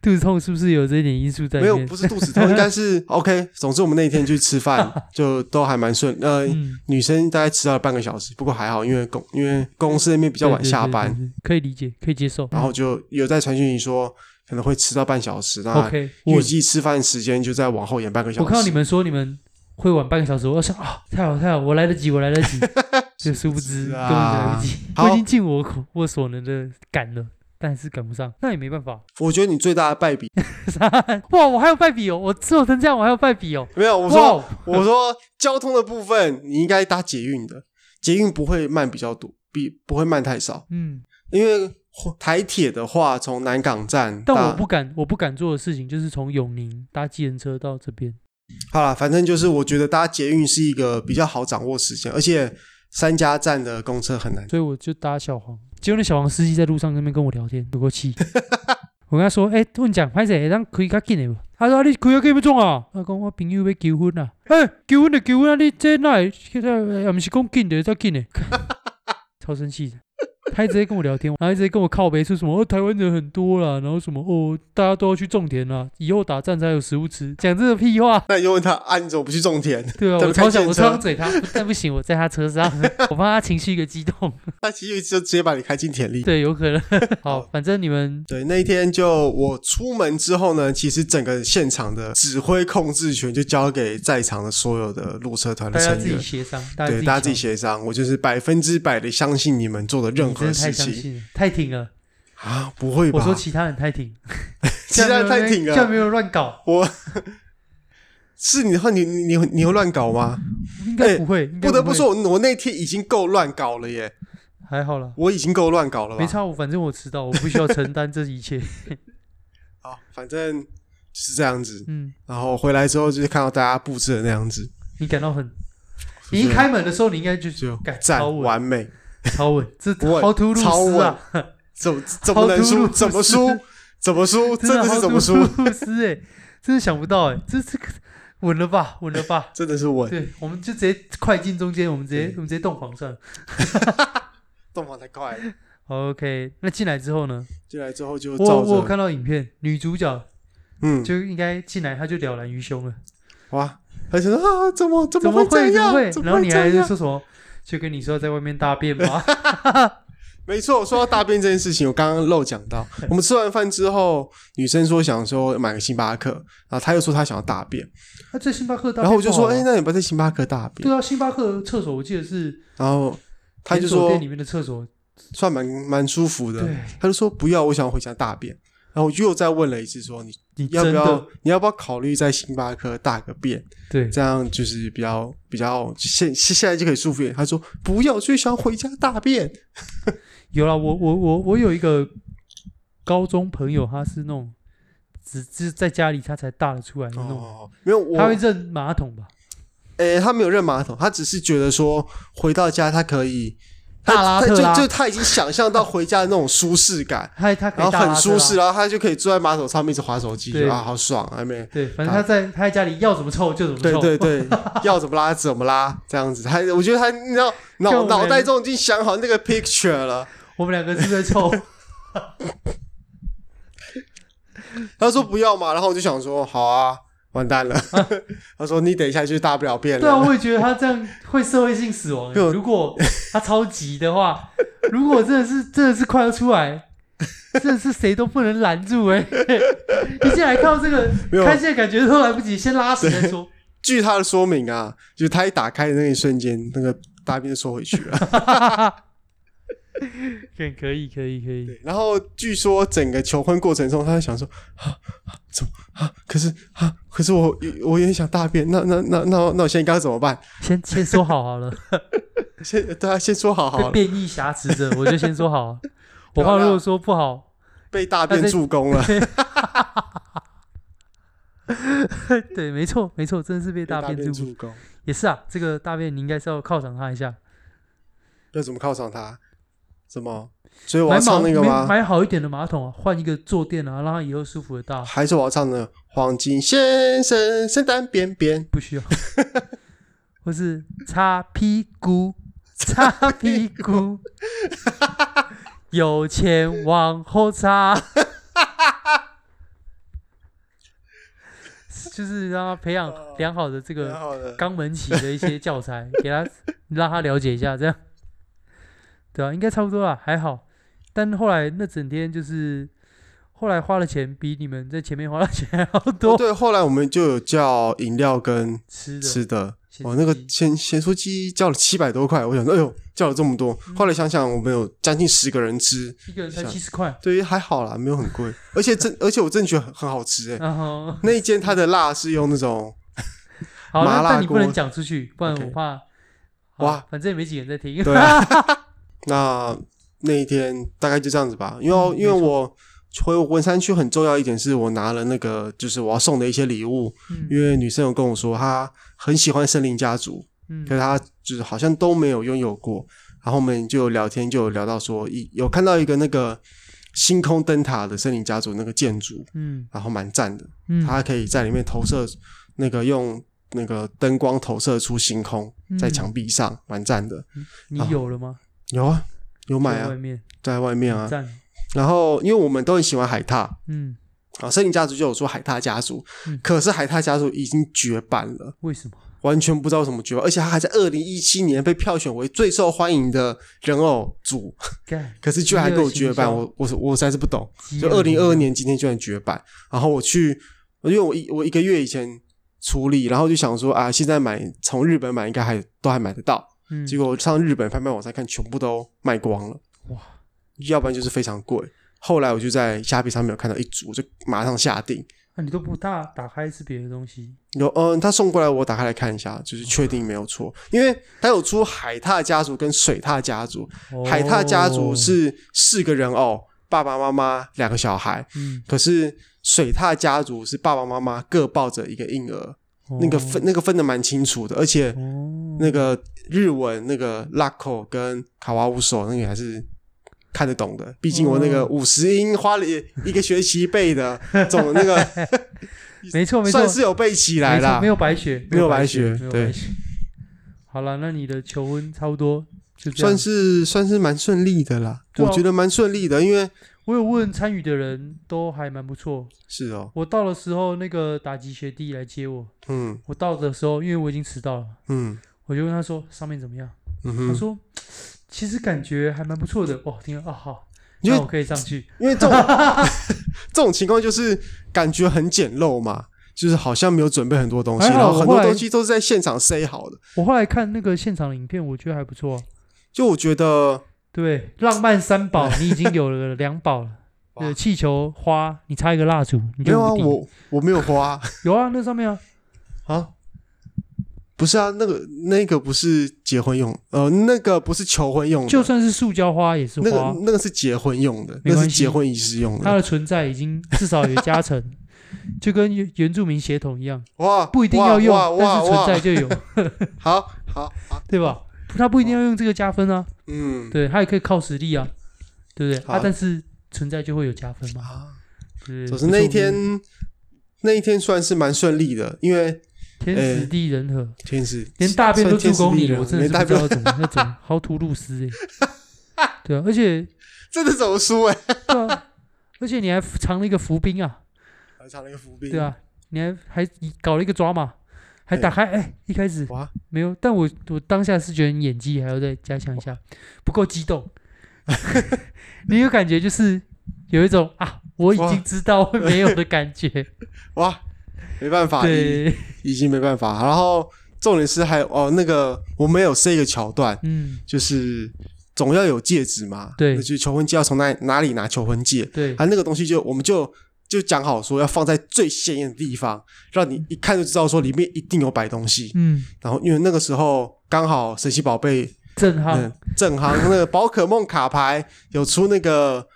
肚子痛是不是有这一点因素在
没
里
有，
面？
不是肚 子痛，应该是 OK。总之，我们那一天去吃饭就都还蛮顺。呃，
嗯，
女生大概迟到了半个小时，不过还好，因为公因为公司那边比较晚
对对
下
对
班，哦
对对可以理解，可以接受。
然后就有在传讯息说可能会迟到半小时，那
OK，我
预计吃饭时间就再往后延半个小时。
我看到你们说你们会晚半个小时，我想啊，太好太好，我来得及，我来得 及。就殊不知
是
根
啊
本就来不及，
好
我已经尽我口我所能的赶了。但是赶不上，那也没办法。
我觉得你最大的败笔
哇，我还有败笔哦！我做成这样，我还有败笔哦！
没有，我说
哇，
我说交通的部分，你应该搭捷运的，捷运不会慢比较多，比不会慢太少，
嗯，
因为台铁的话，从南港站
但我
搭
不敢，我不敢做的事情就是从永宁搭计程车到这边。
好啦，反正就是我觉得搭捷运是一个比较好掌握时间，而且三家站的公车很难。
所以我就搭小黄。结果那小黄 司机在路上那边跟我聊天，有过气。我跟他说：“哎、欸，问讲拍谁？让可以卡进来吧？他说、啊、你开啊，计要创啊？我讲我朋友要求婚啊，哎、求婚就求婚啊，你这哪会？也毋是讲紧的，再紧的， 超生气的。他一直在跟我聊天，然后一直在跟我靠背说什么、哦、台湾人很多啦，然后什么哦大家都要去种田啦，以后打仗才有食物吃，讲这个屁话。
那你就问他啊，你怎么不去种田？
对啊，
他
我
们
超想，
开建
我超
车
想嘴他，但不行，我在他车上， 我怕他情绪一个激动。
他其实就直接把你开进田里。
对，有可 能。好，反正你们
对，那一天就我出门之后呢，其实整个现场的指挥控制权就交给在场的所有的路车团的
大家
成
自己
员，
协商，大家
对，大家自己
商
协商。我就是百分之百的相信你们做的任
你真
何
的太
事
相
情
信了，太挺了。
啊，不会
我
吧
说？其他人太挺，
其他人太挺
这样没
了，
有乱搞，
我是你的话，你你你会你会乱搞吗？
应该不会。应该
哎不得不
会
说，我我那天已经够乱搞了耶，
还好啦，
我已经够乱搞了吧？
没差，我反正我迟到，我不需要承担这一切。
好，反正就是这样子。
嗯，
然后回来之后，就是看到大家布置的那样子，
你感到很，
就
你
是
一开门的时候，你应该就
就
感超
赞
稳，
完美，
超稳，这
不会
how to
超
路斯
稳
啊，
怎么怎么能
How to
输？
lose
怎么输？怎么输？真的
how
是
to
怎么输？
路斯哎，真的想不到哎，这这个稳了吧，稳了 吧。
真的是稳，
对，我们就直接快进中间，我们直接我们直接动防算了。
动画太快了。
OK，那进来之后呢？
进来之后就
我
照
我有
着，
看到影片，女主角
嗯，
就应该进来，她就了然于胸了。
哇，而且说啊，怎么怎
怎
么
么
会
会？
这
怎么
样？
会
怎？
然后
么会
你还
这
是
样？
说什么？就跟你说在外面大便 吧。
没错，说到大便这件事情，我刚刚漏讲 到，我们吃完饭之后，女生说想说买个星巴克，然后她又说她想要大便，
他在星巴克大便不好吗，啊
然后我就说，哎，那你不要在星巴克大便？
对啊，星巴克厕所我记得是
然后她就
连锁
说
店里面的厕所，
算蛮蛮舒服的
对，
她就说不要，我想回家大便。然后我就又再问了一次说，你
你
要不
真
要
的
你要不要考虑在星巴克大个便？
对，
这样就是比较比较现现现在就可以舒服一点。他说不要，最想回家大便。
有了。我我我我有一个高中朋友，他是那种只只在家里他才大得出来的那种，
哦，没有我
他，会认马桶吧？
诶、他没有认马桶，他只是觉得说回到家他可以，
大拉
他他
特拉
就就他已经想象到回家的那种舒 适感，
他他可
然
以
后
大拉
很
特
舒适，啊
拉。
然后他就可以坐在马桶上面一直划手机，
对
啊，好爽，还没。
对，反正他在他在家里要怎么臭就怎么
对
臭。
对对， 要怎么拉怎么拉，这样子。他我觉得他，你知道，脑
我们
脑袋中已经想好那个 picture 了。
我们两个是在 臭，
啊他说不要嘛，然后我就想说好啊，完蛋 了。他说你等一下就大不了便
对啊，
了。
我也觉得他这样会社会性死亡欸、
对我
如果他超级的话，如果真的是真的是快要出来，真的是谁都不能拦住哎、 一进来看到这个
没，有
看现在感觉都来不及，先拉屎再说。
据他的说明啊，就是他一打开的那一瞬间，那个大便就缩回去了。
对，可以可以可以，
然后据说整个求婚过程中，他在想说啊啊怎么啊？可是啊可是我我也想大便，那那那那那我现在该怎么办？
先先说好好了，
先对啊，先说好好了，
变异瑕疵着，我就先说好 啊。我怕如果说不好，
被大便助攻了，
对，没错没错，真的是被大
被
便助攻。
助攻。
也是啊，这个大便你应该是要犒赏他一下，
要怎么犒赏他？怎么？所以我
买
要
马
唱那个吗？
买买好一点的马桶啊，换一个坐垫啊，让他以后舒服的大。
还是我要唱的《黄金先生圣诞便便》？
不 需要，或是擦屁股， 擦屁股，有钱往后 擦，就是让他培养良好的这
蛮
个
好的，
肛呃门期的一些教材，给他让他了解一下，这样， 对啊，应该差不多啦，还好。但后来那整天就是，后来花的钱比你们在前面花的钱还要
哦，
多，
对，后来我们就有叫饮料跟
吃的
吃的，
咸
哦，那个
酥鸡
咸咸酥鸡叫了七百多块，我想说，哎呦，叫了这么多。
嗯
后来想想，我们有将近十个人吃，
一个人才
像
七十 块，
对于还好啦，没有很贵，而且真而且我真的觉得很很好吃哎。
然后
那一间它的辣是用那种
好，
麻
那
辣
但你不
锅
能讲出去，不然
OK
我怕。好
哇，
反正也没几个人在听。
对啊，那那一天大概就这样子吧，因为、
嗯
因为
没错
我。回文山区很重要一点是我拿了那个，就是我要送的一些礼物，
嗯
因为女生有跟我说她很喜欢森林家族，
嗯
可是他就是好像都没有拥有过。然后我们就有聊天，就有聊到说，一有看到一个那个星空灯塔的森林家族那个建筑，
嗯
然后蛮赞的，
嗯，
它可以在里面投射那个用那个灯光投射出星空
嗯
在墙壁上，蛮赞的。
你
啊
有了吗？
有啊，有买
在外
啊，
面
在外面啊。
赞，
然后因为我们都很喜欢海獭
嗯，
啊，森林家族就有说海獭家族
嗯，
可是海獭家族已经绝版了。
为什么？
完全不知道什么绝版，而且它还在二零一七年被票选为最受欢迎的人偶组，
干，啊
可是居然还给我绝版，嗯
饥饿
我我我实在是不懂。
饥
就
饿
二零二二年今天居然绝版，然后我去，因为我一我一个月以前处理，然后就想说啊，现在买从日本买应该还都还买得到，
嗯，
结果我上日本拍卖网站看，全部都卖光了，
哇，
要不然就是非常贵。后来我就在虾皮上面有看到一组，就马上下定。
那啊你都不大打开是别的东西，
有，嗯，他送过来，我打开来看一下，就是确定没有错，因为他有出海獭家族跟水獭家族。
哦
海獭家族是四个人偶，爸爸妈妈两个小孩，
嗯，
可是水獭家族是爸爸妈妈各抱着一个婴儿，那个分那个分的蛮清楚的，而且
哦，
那个日文那个 Lako 跟卡瓦乌手那个还是看得懂的，毕竟我那个
哦
五十音花了一个学期背的，总那个
没错 没错
算，是有背起来
没错
啦
没。有白雪，
没有白
雪，
雪
没有
对
白雪。好了，那你的求婚差不多就这样
算。是算是蛮顺利的啦，
对啊
我觉得蛮顺利的，因为
我有问参与的人都还蛮不错。
是哦，
我到的时候，那个打击学弟来接我。
嗯
我到的时候，因为我已经迟到了，
嗯
我就问他说上面怎么样。
嗯
他
哼，
说其实感觉还蛮不错的。哇，听了啊好，
因为
那我可以上去。
因为这 种这种情况就是感觉很简陋嘛，就是好像没有准备很多东西，
还好
然后很
我
多
后来
东西都是在现场塞好的，
我后来看那个现场的影片，我觉得还不错啊。
就我觉得
对，浪漫三宝 你已经有了两宝了。
哇
对，气球、花，你插一个蜡烛，你
没
就
有啊，
无敌
我我没有花
有啊，那上 面啊，
啊，不是啊，那个那个不是结婚用，呃，那个不是求婚用的，
就算是塑胶花也是
那
花
个，那个是结婚用的，
没
那
关系
是结婚仪式用
它
的，
的存在已经至少有加 成，就跟原原住民血统一样，
哇，
不一定要用
哇，哇
但是存
哇
在就有，
好好好，
对吧？它不一定要用这个加分啊，
嗯，
对，它也可以靠实力啊，对不对？
好
啊，但是存在就会有加分嘛，
啊。
对不对
总之那一
不错
天，那一天算是蛮顺利的，因为
天
呃
时地人和，
天使
连大便都助攻你，
算天时地利
我真的
连
是
大
不知道
便
要怎么要怎么how to 露丝哎，对啊，而且
真的走输哎，
对啊，而且你还藏了一个伏兵啊，
还藏了一个伏兵，
对，啊，你还还搞了一个抓马，还打开哎、一开始
哇
没有，但我我当下是觉得你演技还要再加强一下，不够激动。 你有感觉就是有一种啊，我已
哇
经知道会没有的感觉，
哇，没办法，已
对，
已经没办法。然后重点是还有哦，那个我们有设一个桥段，
嗯，
就是总要有戒指嘛，
对
那就是求婚戒要从哪哪里拿求婚戒，
对，
啊，那个东西就我们就。就讲好说要放在最显眼的地方，让你一看就知道说里面一定有摆东西。
嗯，
然后因为那个时候刚好神奇宝贝
震撼，
嗯，正行那个宝可梦卡牌有出那个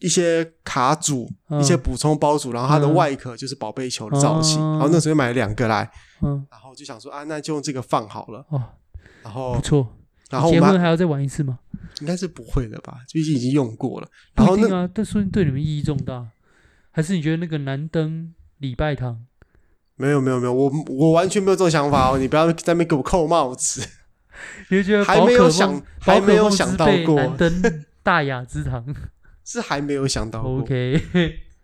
一些卡组、
嗯
一些补充包组，然后它的
嗯
外壳就是宝贝球的造型。
哦
然后那时候买了两个来，
嗯，
然后就想说啊，那就用这个放好了。
哦，
然
不
后，
错。
然后我
结
们
婚
还
还要再玩一次吗？
应该是不会的吧，毕竟已经用过了。然
不
后
一
那
定啊，但说不定对你们意义重大，还是你觉得那个南登礼拜堂？
没有没有没有，我我完全没有这种想法哦，你不要在那边给我扣帽子。
你会觉得
还
宝
没
可
有
梦
想
宝
还
可
没有
梦
想
之
到
辈
过
南登大雅之 堂。
是还没有想到过
OK，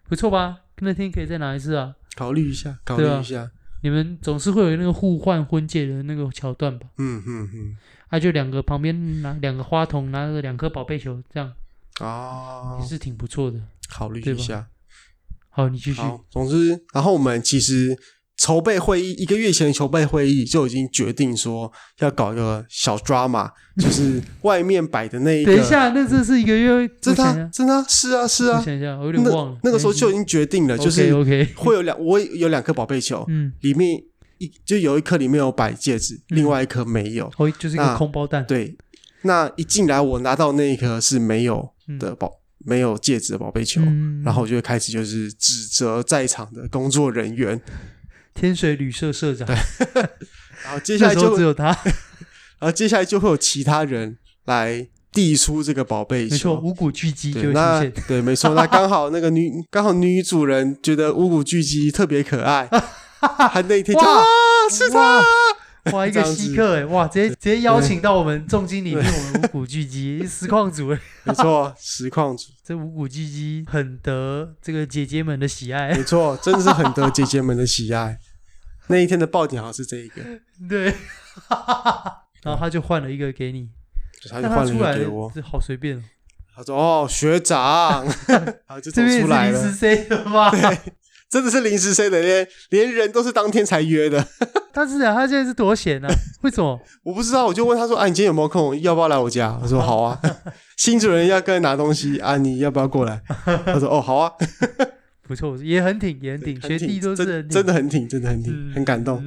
不 错吧？那天可以再拿一次啊。
考虑一下，考虑
对啊
一下。
你们总是会有那个互换婚戒的那个桥段吧？
嗯嗯嗯，
啊，就两个旁边拿两个花筒，拿着两颗宝贝球，这样
啊
也，是挺不错的。
考虑
对
一
吧
下。
好，你继续。
好，总之，然后我们其实筹备会议一个月前的筹备会议就已经决定说要搞一个小 drama，就是外面摆的那一个。
等一，下，那这是一个月，
真
我
的
想一
啊
下，
真的啊是啊是
我
啊，
想一下，我有点忘
那
了。
那个时候就已经决定了，就是
OK OK，
会有两我有两颗宝贝球，
嗯，
里面一就有一颗里面有摆戒指，
嗯
另外一颗没有。
哦，就是一个
那
空包蛋。
对，那一进来我拿到那一颗是没有
嗯
的宝，没有戒指的宝贝球。
嗯，
然后我就会开始就是指责在场的工作人员，
天水旅社社长，
然后接下
那
来
时
就
候只有他。
然后接下来就会有其他人来递出这个宝贝球。
没错，五谷巨鸡就
对，
会
那
出现。
对，没错。那刚好那个女， 刚好女主人觉得乌骨巨鸡特别可爱，她那一天就
哇
啊，是她
哇，哇，一个
这样子
稀客哎，哇，直接直接邀请到我们重金礼聘我们五谷巨鸡实况组，欸
没错，实况组，
这五谷巨鸡很得这个姐姐们的喜爱。
没错，真的是很得姐姐们的喜爱。那一天的爆点好像是这一个，
对，然后他就换了一个给你，
就她
但
就
他
换了一
出来
个给
的
我，
这好随便哦，
她说哦，学 长，然后就走
这边也
出
是
来
临时
了，
塞的吧？
真的是临时生的，连连人都是当天才约的。
他是啊，他现在是多闲啊？为什么？
我不知道，我就问他说：“啊，你今天有没有空？要不要来我家？”他说：“好 啊。”新主人要跟他拿东西啊，你要不要过来？ 他说：“哦，好啊。
不错，也很挺，也很挺，
很
学
挺”
弟都是
真
很挺
真的很挺，真的很挺，
嗯
很感动。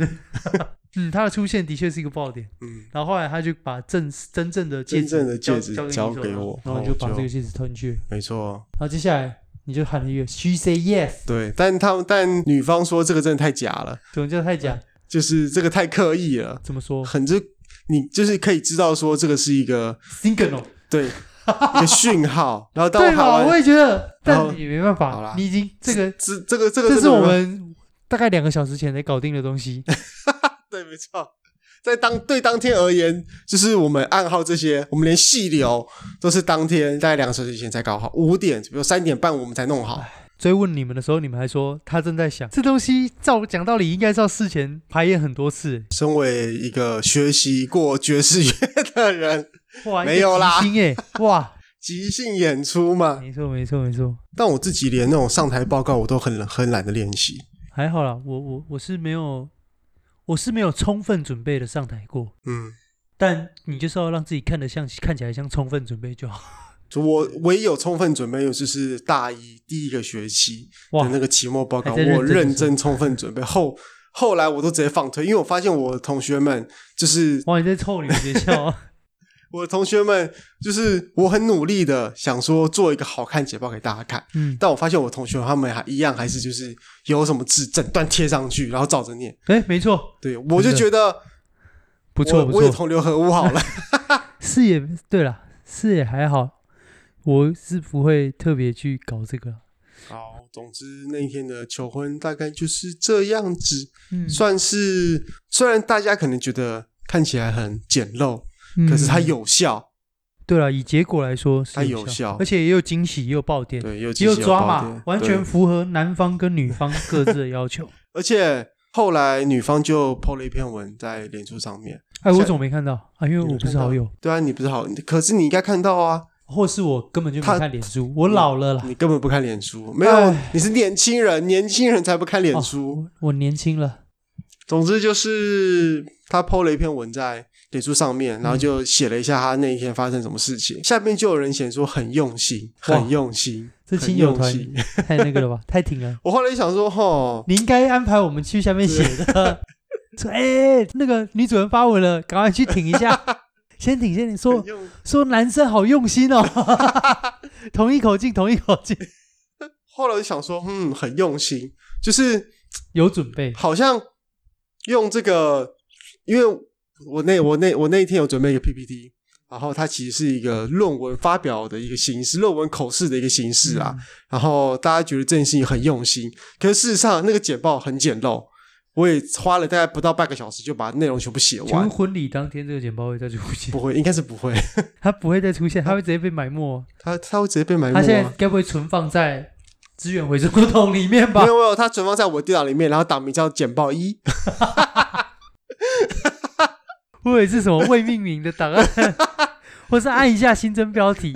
嗯，他的出现的确是一个爆点。
嗯，
然后后来他就把正真正的戒指
真正的戒指
交
交
给
给
你手
我
上然后
然后
你就把
我就
这个戒指吞去。
没错，
然后接下来你就喊了一个 “She say yes”，
对。但他们但女方说这个真的太假了，
怎么叫太
嗯
假？
就是这个太刻意了，
怎么说
很就你就是可以知道说这个是一个
？Signal。
对一个讯号。然后当
对
我喊
吧？我
完，
也觉得，
然后
但也没办
好啦
法，你已经这个
这这个这个
这
真
是
的
我
没办
们大概两个小时前才搞定的东 西。
对，没错。在当对当天而言，就是我们暗号这些，我们连细流都是当天大概两个小时以前才搞好，五点，比如三点半我们才弄好。
追问你们的时候，你们还说他正在想这东西，照讲道理应该是要事前排演很多次。
身为一个学习过爵士乐的人，
哇，
没有啦
星哎，哇，
即兴演出嘛，
没错没错没错，
但我自己连那种上台报告我都很很懒得练习。
还好啦，我我我是没有，我是没有充分准备的上台过，
嗯，
但你就是要让自己看得像看起来像充分准备就好。
就我唯一有充分准备，就是大一第一个学期
哇
的，那个期末报告，
还在认
我
真地
认
做
真充分准备。后后来我都直接放推，因为我发现我的同学们就是
哇，你在臭你们学校 啊、
我的同学们，就是我很努力的想说做一个好看简报给大家看，
嗯，
但我发现我同学他们还一样还是就是有什么字整段贴上去，然后照着念。
哎，没错，
对我就觉得
不
不
错不
我也
错，
同流合污好 了。
视野对了，视野还好，我是不会特别去搞这个啦。
好，总之那一天的求婚大概就是这样子，
嗯，
算是虽然大家可能觉得看起来很简陋，
嗯
可是它。有效，
对了，以结果来说是
它有效
效，而且也有惊喜，也有爆点，
对，有
也有
惊喜
抓
爆点
马，完
对
全符合男方跟女方各自的要 求。
而且后来女方就 PO 了一篇文在脸书上面。
哎，我
下
怎么没看到啊？因为
你
我不
没
是
看到
好友，
对啊，你不是好，可是你应该看到啊，
或是我根本就没
他
看脸书，我老了啦，
你根本不看脸书，没有，你是年轻人，年轻人才不看脸书。
我我年轻了，
总之就是他 PO 了一篇文在脸书上面，然后就写了一下他那一天发生什么事情，下面就有人写说很用心，
嗯哇
很用心，
这
很
亲友
用
团
心
太那个了吧，太挺了。
我后来一想说，吼，
你应该安排我们去下面写的， 说哎，那个女主人发文了，赶快去挺一 下，先挺先挺，说
很用
说男生好用心 哦，同一口径，同一口径，
后来我就想说，嗯，很用心，就是
有准备，
好像用这个，因为我那我那我那一天有准备一个 PPT，然后它其实是一个论文发表的一个形式，论文口试的一个形式
嗯
啊。然后大家觉得这件事情很用心，可是事实上那个简报很简陋，我也花了大概不到半个小时就把内容全部写
嗯请问
完。
婚礼当天这个简报会再出现
不？会，应该是不 会，
它不会再出现，它会直接被埋没。哦
他他会直接被埋没、
它现在
啊。
该不会存放在资源回收桶里面吧
没？有没有，他存放在我电脑里面，然后档名叫简报一。
或者是什么未命名的档案， 或是按一下新增标题。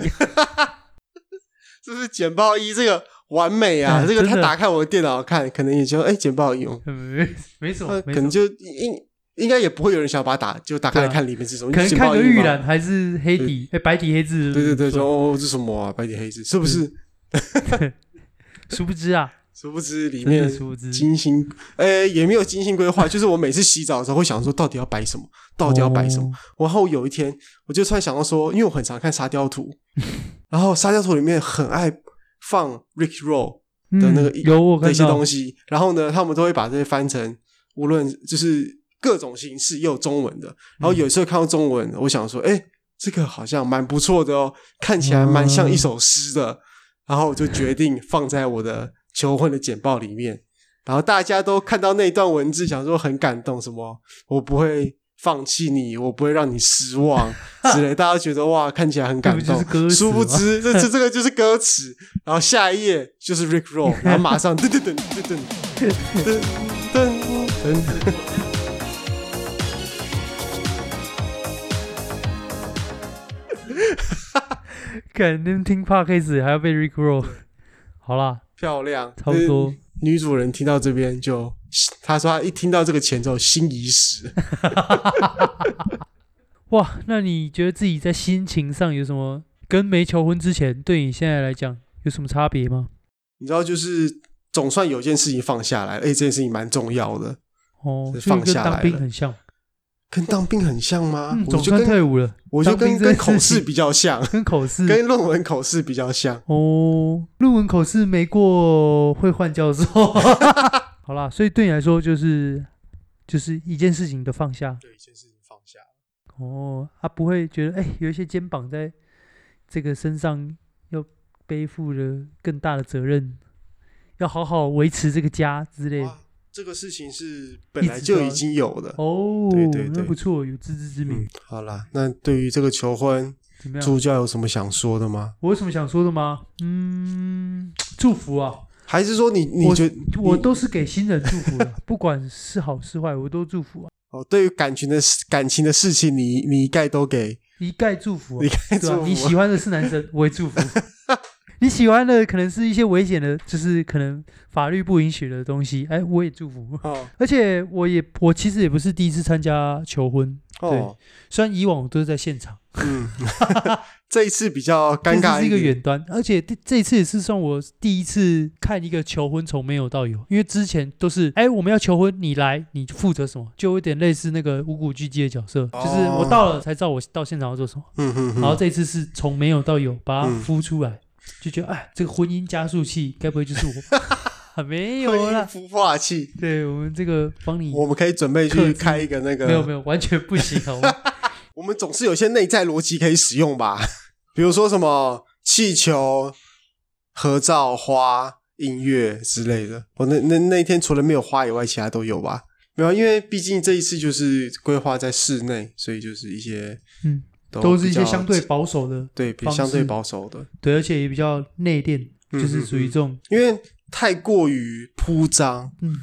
这是简报一，这个完美啊！
哎
这个他
真的
打开我的电脑看，可能也就哎、简报一哦，
嗯没没什
那
么，
呃可
没什
能
么，
就应应该也不会有人想要把它打，就打开来看里面是什么，
可能
就简
看
报
个
一嘛
预览。还是黑底，哎，白底黑字。
对对对，说
说
哦这什么啊，白底黑字，是不是？
殊不知啊，
殊不知里
真的
面
殊不知，
精心，呃，也没有精心规划，就是我每次洗澡的时候会想说，到底要摆什么，到底要摆
哦
什么。然后有一天，我就突然想到说，因为我很常看沙雕 图，然后沙雕图里面很爱放 Rick Roll
哦
的那个
嗯有我
的
看
一些
到
东，西，然后呢，他们都会把这些翻成，
嗯
无论就是各种形式，也有中文的。然后有时候看到中文，我想说，哎、这个好像蛮不错的哦，看起来蛮像一首诗的。然后我就决定放在我的求婚的简报里面。然后大家都看到那段文字，想说很感动，什么我不会放弃你，我不会让你 失望之类。大家觉得哇，看起来很感
这不
动
就是歌，词
殊不
吗
知这这这个就是歌词。然后下一页就是 Rick Roll，然后马上 噔噔噔噔噔噔噔噔。
看你们听 podcast 还要被 Rick Roll，好啦，
漂亮，
差不多
呃。女主人听到这边就，她说她一听到这个前奏心已死。
哇，那你觉得自己在心情上有什么跟没求婚之前对你现在来讲有什么差别吗？
你知道，就是总算有件事情放下来了，哎，这件事情蛮重要的，
哦，
是
所以
放
跟
下
当
来
兵
了
很像，
跟当兵很像吗？
嗯，
我
总
就
算
跟
退伍了，
我就
当
跟
兵这
跟
件
口
事
试
情嗯
比较像，
跟口试
跟论文口试比较像。
哦，论文口试没过会换教授。好啦，所以对你来说就是就是一件事情的放下
对，一件事情放下，
哦，他、不会觉得哎、有一些肩膀在这个身上要背负着更大的责任，要好好维持这个家之类的。
哇，这个事情是本
一
来
直
就
都
已经有的。
哦，
对对
那
对
不错，有自知之明，
嗯，好啦，那对于这个求婚，
怎么样？
助教有什么想说的吗？
我有什么想说的吗？嗯，祝福啊，
还是说你你觉得
我
你
都是给新人祝福的，不管是好是坏，我都祝福啊，
哦，对于感情的事感情的事情你，你一概都给
一概祝福、啊
你。该
对
做、
啊，你喜欢的是男 生，我会祝福。你喜欢的可能是一些危险的，就是可能法律不允许的东西，哎，我也祝福。
哦
而且我也我其实也不是第一次参加求婚，
哦，
虽然以往我都是在现场，
嗯，这一次比较尴
但
尬
是是一个
点，
远端，而且这这一次也是算我第一次看一个求婚从没有到有，因为之前都是哎我们要求婚，你来，你负责什么，就有点类似那个无骨狙击的角色，就是我到了才知道我到现场要做什么。
嗯嗯嗯，
然后这次是从没有到有，把它
嗯
孵出来，就觉得哎，这个婚姻加速器该不会就是 我？啊没
婚
有
姻
啦，
孵化器，
对我们这个帮你
我们可以准备
克制
去开一个那个，
没有没有完全不行，好吗？
我们总是有些内在逻辑可以使用吧， 比如说什么气球、合照、花、音乐之类的。我那那那一天除了没有花以外，其他都有吧？没有，因为毕竟这一次就是规划在室内，所以就是一些
嗯，
都
都是一些
比较
相对保守的，
对比
方式
相对保守的，
对，而且也比较内敛，
嗯
就是属于这种
因为太过于铺张，
嗯。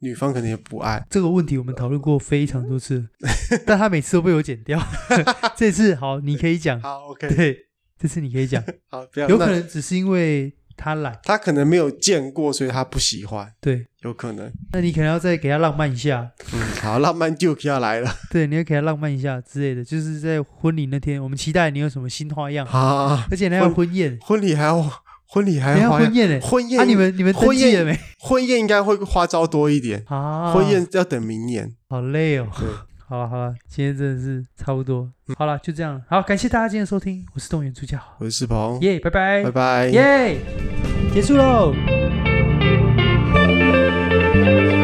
女方可能也不爱。
这个问题我们讨论过非常多次 了，但他每次都被我剪掉。 这次好，你可以讲，
好，OK，
对，这次你可以 讲，
好，不要。
有可
那
能只是因为他懒，
他可能没有见过，所以他不喜欢，
对，
有可能。
那你可能要再给他浪漫一下，
嗯，好，浪漫 Duke 要来了
对，你要给他浪漫一下之类的，就是在婚礼那天，我们期待你有什么新花样，
啊！
而且你还有婚宴，
婚礼还要婚礼还
你还
要
有
花
婚宴呢、
婚宴
啊，你们你们登
婚
记了
宴
没？
婚宴应该会花招多一点，
啊，
婚宴要等明年。
好累哦。
对，嗯
好了好了，今天真的是差不多，好了就这样了，好，感谢大家今天的收听，我是动员助教，
我是世鹏，
耶、拜拜，
拜拜。
耶结束喽。
Thank